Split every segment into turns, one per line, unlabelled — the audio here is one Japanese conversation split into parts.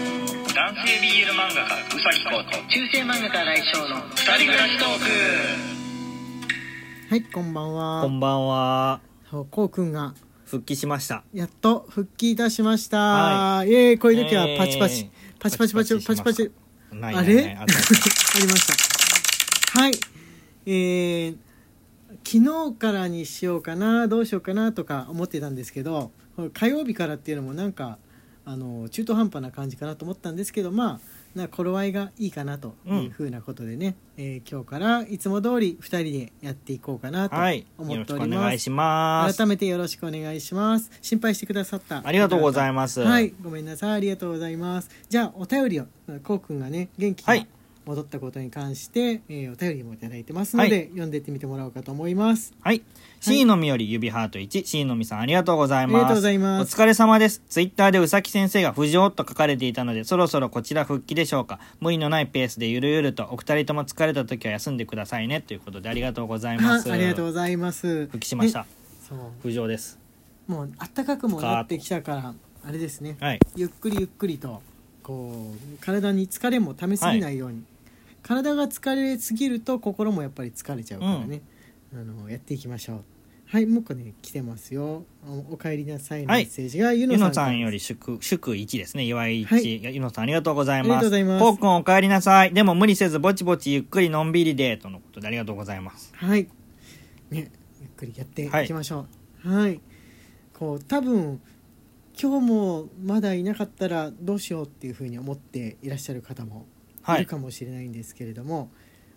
男性 BL 漫画家うさぎこと
中世漫画家来翔の
二人暮らしトーク
はいこんばん
こ
は
んばんは。
そうこうくんが
復帰しました。
やっと復帰いたしました、
は
イエーイこういう時はパチパチ、
えー
パチパチパチパチパチ
パチない
あ
ない
れ
ない
あ
あ
り
と
ましたはいえー昨日からにしようかなどうしようかなとか思ってたんですけどこれ火曜日からっていうのもなんかあの中途半端な感じかなと思ったんですけどまあな頃合いがいいかなというふうなことでね、えー今日からいつも通り2人でやっていこうかなと
はい。よ
思
ろ
っ
してく
お
お
ります。
願いします。
改めてよろしくお願いします心配してくださった
ありがとうございます
はいごめんなさいありがとうございますじゃあお便りをこうくんがね元気が
はい
戻ったことに関して、えーお便りもいただいてますので、
はい
読んでってみてもらおうかと思います
はい。シーノミより指ハート1、シーノミさんありがとうございます。
ありがとうございます
お疲れ様です。ツイッターでうさき先生が不条と書かれていたので、そろそろこちら復帰でしょうか。無理のないペースでゆるゆると、お二人とも疲れた時は休んでくださいね。ということでありがとうございます。
はありがとうございます
復帰しまし
ね
た。
そう
不条です。
もう暖かくもなってきたからあれですね
はい。
ゆっくりゆっくりとこう体に疲れもためすぎないように、体が疲れすぎると心もやっぱり疲れちゃうからね、あのやっていきましょうはいもう一個ね来てますよおお帰りなさいのメッセージが、ゆ
ゆ
の
の
さ
さ
ん
んより祝、祝1ですね。岩井1。
はい
ゆのさんありがとうございます。
ありがとうございます
こうくんお帰りなさい。でも無理せずぼちぼちゆっくりのんびりで、とのことでありがとうございます。
はいねゆっくりやっていきましょうはい、こう多分今日もまだいなかったらどうしようっていうふうに思っていらっしゃる方もい
は
る
い。
かもしれないんですけれども、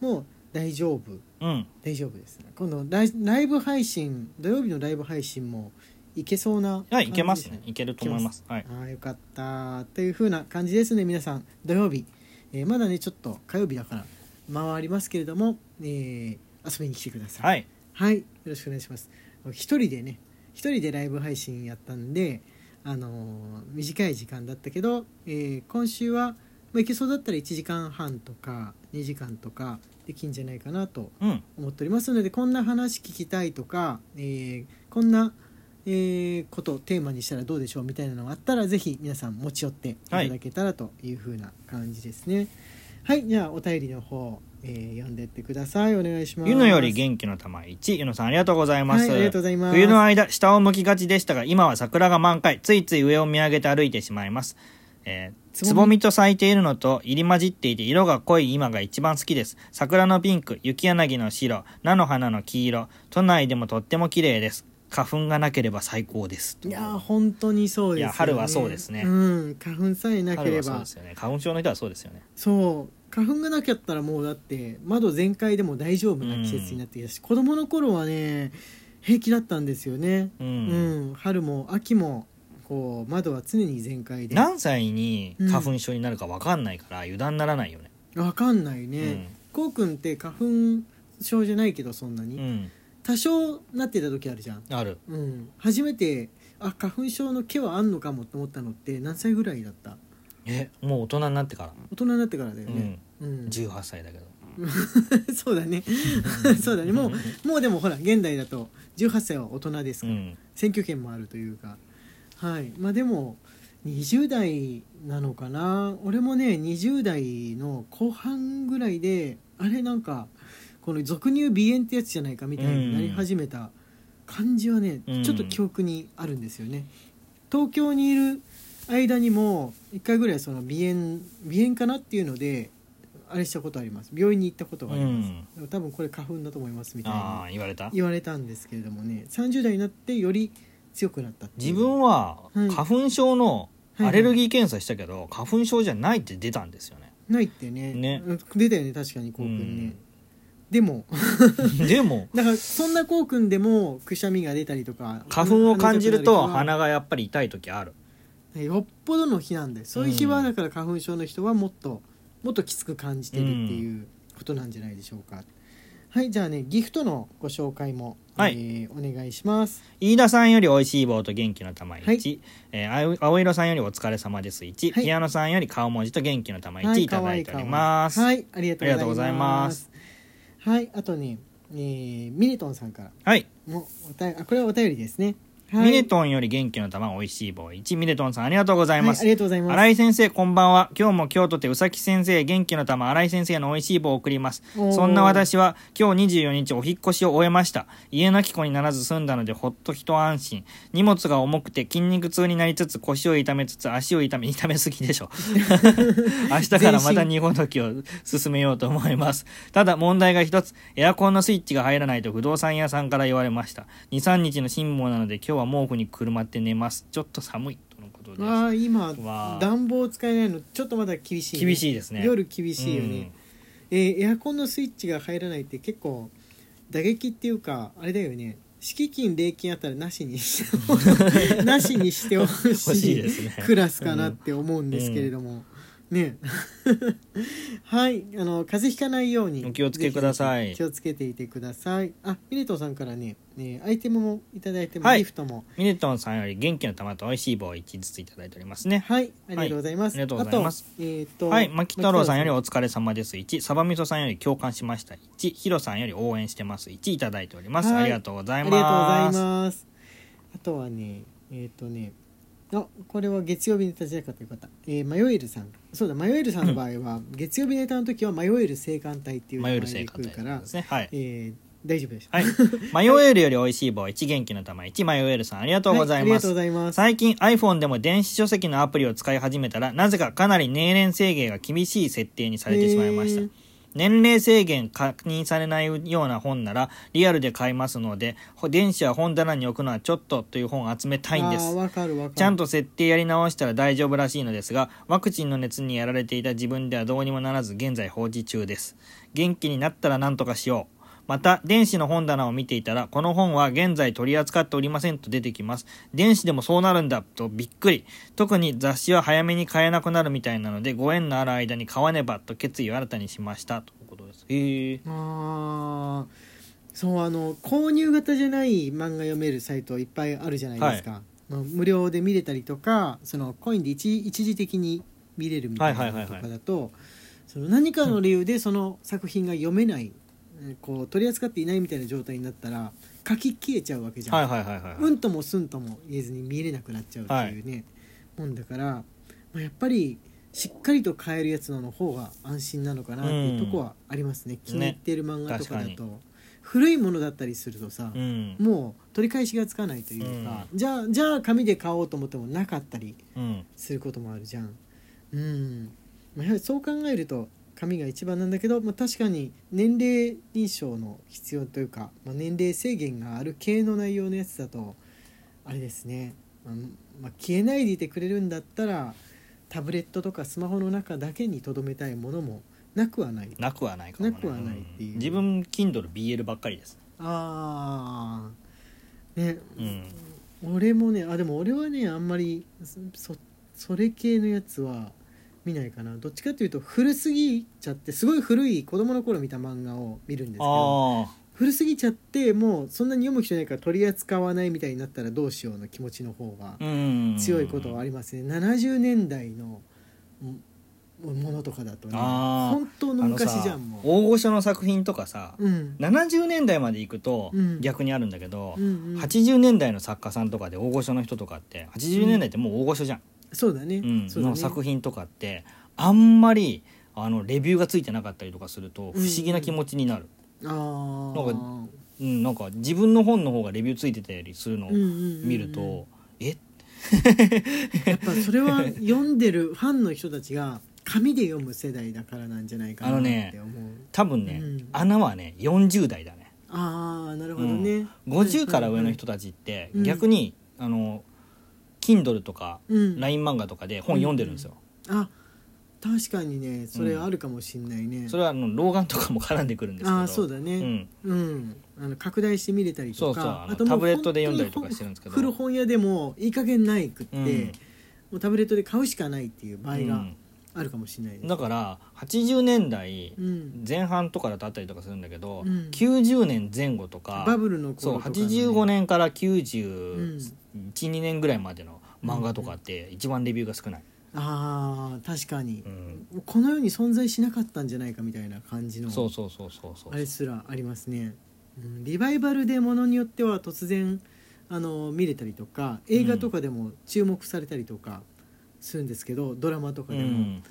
もう大丈夫
うん。
大丈夫です今度ライライブ配信土曜日のライブ配信もいけそうな
は
感
い、
じです
いけ
ね
ますね。いけると思います。はい。
ああよかったというふうな感じですね皆さん土曜日、えーまだねちょっと火曜日だから間はありますけれども、えー遊びに来てください
はい。
はい、よろしくお願いします。一人でね、一人でライブ配信やったんで、あのー短い時間だったけど、えー今週は、まあ、いけそうだったら1時間半とか2時間とかできんじゃないかなと
うん。
思っておりますので、こんな話聞きたいとか、えーこんな、えーことをテーマにしたらどうでしょうみたいなのがあったら、ぜひ皆さん持ち寄っていただけたらというふうな感じですね。はい、じゃあお便りの方、えー読んでってください。お願いします。
ゆのより元気の玉1。ゆのさんありがとうございます。
はい、ありがとうございます。
冬の間、下を向きがちでしたが、今は桜が満開、ついつい上を見上げて歩いてしまいます。えー
つぼみ
つぼみと咲いているのと入り混じっていて色が濃い今が一番好きです。桜のピンク、雪柳の白、菜の花の黄色、都内でもとっても綺麗です。花粉がなければ最高です。
いやー本当にそうですよ
いや春はそうですね
うん、花粉さえなけ
春
れ
はそう
ば
ですよね。花粉症の人はそうですよね。
そう花粉がなかったらもうだって窓全開でも大丈夫な季節になってきたし、子供の頃はね平気だったんですよね。う
う。
んん、春も秋もこう窓は常に全開で
何歳に花粉症になるか分かんないから油断ならないよね。
わかんないうね。
ん。
こうくんって花粉症じゃないけどそんなに、
うん。
多少なってた時あるじゃん。
ある。
うん、初めてあ花粉症の毛はあんのかもと思ったのって何歳ぐらいだった
え、もう大人になってから。
大人になってからだよ
う
ね
ん。。
うん
18歳だけど。
そうだね そうだねもうもうでもほら現代だと18歳は大人です
う
から、
ん。
選挙権もあるというかはいまあでも20代なのかな俺もね20代の後半ぐらいであれなんかこの俗に言う鼻炎ってやつじゃないかみたいになり始めた感じはね、
うん
ちょっと記憶にあるんですよね。東京にいる間にも1回ぐらいその鼻炎鼻炎かなっていうのであれしたことあります病院に行ったことがあります、
うん
でも多分これ花粉だと思いますみたい
あ
な
あ言われた
言われたんですけれどもね30代になってより強くなったっていう
自分は
うん
花粉症のアレル
ー
ギー検査したけど、花粉症じゃないって出たんですよね
ないってね
ね
うん出たよね確かにこうくんね、
うん
でも
でも
だからそんなこうくんでもくしゃみが出たりとか
花粉を感じると
鼻
鼻がやっぱり痛い時ある
よっぽどの日なんだよそういう日は
うん
だから花粉症の人はもっともっときつく感じてるっていうことなんじゃないでしょうか、はいじゃあねギフトのご紹介も、
はい
えーお願いします
飯田さんよりおいしい棒と元気の玉1、
はい
えー青い青色さんよりお疲れ様です1、
はい
ピアノさんより顔文字と元気の玉1、
はい
い、ただいております
可
はい、
愛い可愛いはいありがとうございますはいあとね、えーミネトンさんからもおたあこれはお便りですねはい
ミネトンより元気の玉美味しい棒1ミネトンさんありがとうござい
は
ま
い、
す、
ありがとうございます。
新井先生こんばんは今日も京都でうさき先生元気の玉新井先生の美味しい棒を送ります
おー
そんな私は今日24日お引っ越しを終えました家なき子にならず済んだのでほっと一安心荷物が重くて筋肉痛になりつつ腰を痛めつつ足を痛め痛めすぎ でしょ明日からまた日本時を進めようと思いますただ問題が一つエアコンのスイッチが入らないと不動産屋さんから言われました23日の辛抱なので今日は毛布にくるまって寝ますちょっと寒いとのことです
ああ今
わあ
暖房使えないのちょっとまだ厳しいね、
厳しいですね
夜厳しいよね、えーエアコンのスイッチが入らないって結構打撃っていうかあれだよね敷金礼金あったらな しにしてなしにしてほ
欲し
し
い
い
ですね
クラスかなって思うんですけれども、ね はいあの風邪ひかないように
お気をつけください
ぜひぜひ気をつけていてくださいあミネトンさんからねねアイテムもいただいても、
はい
ギフトも
ミネトンさんより元気の玉と美味しい棒を1ずついただいておりますね。
はい、ありがとうございます。
はいありがとうございます
あと。えっ、と、
はい、牧太郎さんよりお疲れ様です。1、サバ味噌さんより共感しました。1、ヒロさんより応援してます。1、いただいております。
はい
ありがとうござ
あ
い
りがとう
ま
ご
す。
ざいます。あとはね、えっ、とね、あ、これは月曜日ネタじゃなかったよかった。えー、マヨエルさん。そうだ、マヨエルさんの場合は、月曜日ネタの時はマヨエル青函隊っていう名
迷
前
え
で
る生活
来る
で
から、
すね。はい
え。ー大丈夫でした。
はい。迷 えるより美味しい棒1、元気の玉1、迷えるさんありがとうござ
は
い
あり
ま
がとうご。
す
ざいます。
最近 iPhone でも電子書籍のアプリを使い始めたらなぜかかなり年齢制限が厳しい設定にされてしまいました
へー
年齢制限確認されないような本ならリアルで買いますのでほ電子や本棚に置くのはちょっとという本を集めたいんで
あー
す
わかるわかる。
ちゃんと設定やり直したら大丈夫らしいのですがワクチンの熱にやられていた自分ではどうにもならず現在放置中です元気になったら何とかしようまた電子の本棚を見ていたらこの本は現在取り扱っておりませんと出てきます電子でもそうなるんだとびっくり特に雑誌は早めに買えなくなるみたいなのでご縁のある間に買わねばと決意を新たにしましたということですへえ
あーそうあの購入型じゃない漫画読めるサイトいっぱいあるじゃないですか、まあ、無料で見れたりとかそのコインで一一時的に見れるみたい
は
ない
は
の
いはい
と
はい
かだとその何かの理由でその作品が読めない、うんこう取り扱っていないみたいな状態になったら書き消えちゃうわけじゃん、
はいはいはいはい、
うんともすんとも言えずに見れなくなっちゃうっていうね、もんだから、まあ、やっぱりしっかりと買えるやつの方が安心なのかなっていうとこはありますね、気に入ってる漫画とかだ
確か
と古いものだったりするとさ
う、ん
もう取り返しがつかないというか、じゃあじゃあ紙で買おうと思ってもなかったり
うん
することもあるじゃん。うんまあ、やはりそう考えると紙が一番なんだけど、まあ、確かに年齢認証の必要というか、まあ、年齢制限がある系の内容のやつだとあれですね、まあまあ消えないでいてくれるんだったらタブレットとかスマホの中だけにとどめたいものもなくはない
なくはないかも、ね、
なくはないっていうん
自分 KindleBL ばっかりです
あーね、
うん
俺もねあでも俺はねあんまりそそそれ系のやつは見ないかなどっちかというと古すぎちゃってすごい古い子供の頃見た漫画を見るんですけど
ああ
古すぎちゃってもうそんなに読む人いないから取り扱わないみたいになったらどうしようの気持ちの方が強いことはあ
り
りますね、70年代のもものとかだとね
あー
本当の昔じゃんもう。
大御所の作品とかさ、
うん
70年代まで行くと
うん
逆にあるんだけど、
うんうん
80年代の作家さんとかで大御所の人とかって80年代ってもう大御所じゃん、
そうだね,、
うん
そうだね
の作品とかってあんまりあのレビューがついてなかったりとかすると不思議な気持ちになる、
あ
なん
あ
かうんなんか自分の本の方がレビューついてたりするのを見
見
ると、え
やっぱそれは読んでるファンの人たちが紙で読む世代だからなんじゃないかな
あ
っ
のね
て思う、
多分ね、
うん
穴はね40代だね
ああなるほどね、
50から上の人たちって
うん
逆に、あの Kindle とか
うん
LINE 漫画とかで本読んでるんですよ、
あ確かにねそれあるかもしんないね、
それはあの老眼とかも絡んでくるんですけど
ああそうだ
う
ね
ん、
うん、あの拡大して見れたりとか
そうそうあの
も
タブレットで読んだりとかしてるんですけど
本当に古本屋でもいい加減ないくって、
うん
もうタブレットで買うしかないっていう場合
う
が
ん
あるかもしれないです、
だから80年代
うん
前半とかだとあったりとかするんだけど、
うん
90年前後とか
バブルの
そう
頃とかね、
85年から
うん
912、2年ぐらいまでの漫画とかって一番レビューが少ない、
ああ確かに
う、ん
この世に存在しなかったんじゃないかみたいな感じの
そうそうそうそうそう
あれすらありますね、うんリバイバルでものによっては突然あの見れたりとか映画とかでも注目されたりとかするんですけど、ドラマとか
う
でも、
ん、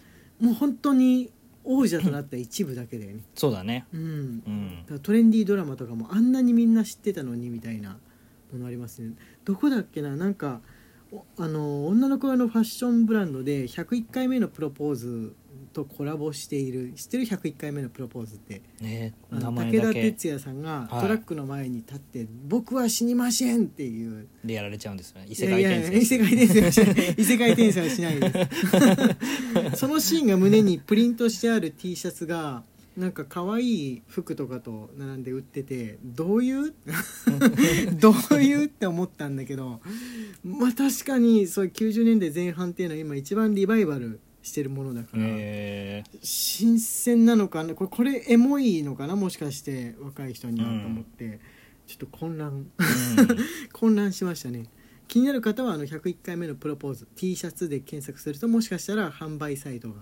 もう本当に王者となった一部だけだよね。
そうだね
うん、だ
う
か
ん
らトレンディードラマとかもあんなにみんな知ってたのにみたいなものありますね。どこだっけななんかおあの女の子用のファッションブランドで101回目のプロポーズとコラボしている知ってる101回目のプロポーズって
ね
あの
名前
武
だ
田
け
鉄矢さんが
はい
トラックの前に立って「僕は死にません!」っていう
でやられちゃうんですよね異
異
世界転生
異世界転生はし ない異世界転生はしないですそのシーンが胸にプリントしてある T シャツがなんか可愛い服とかと並んで売っててどういう どういうって思ったんだけどまあ確かにそういう90年代前半っていうのは今一番リバイバルしてるものだから、
えー
新鮮なのかなこれこれエモいのかなもしかして若い人にはと思って、ちょっと混乱 混乱しましたね気になる方はあの101回目のプロポーズ T シャツで検索するともしかしたら販売サイトが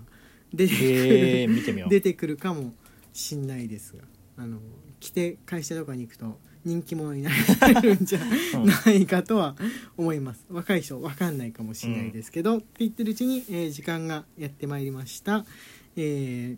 出てく
へー
る、
見てみよう
出てくるかもしんないですがあの着て会社とかに行くと人気者になれるんじゃ
うん
ないかとは思います若い人わかんないかもしれないですけど、って言ってるうちに、えー時間がやってまいりました、え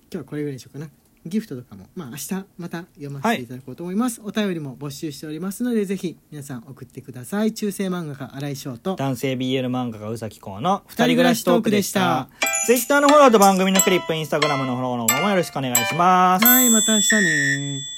ー今日はこれぐらいにしようかなギフトとかも、まあ、明日また読ませていただこうと思います、お便りも募集しておりますのでぜひ皆さん送ってください中世漫画家新井翔と
男性 BL 漫画家宇崎公の
二人
二人暮
暮
ら
ら
し
し
ト
ト
ー
ー
ク
ク
で
で
し
したた
Twitter のフォローと番組のクリップインスタグラムのフォローの方もよろしくお願いします
はいまた明日ね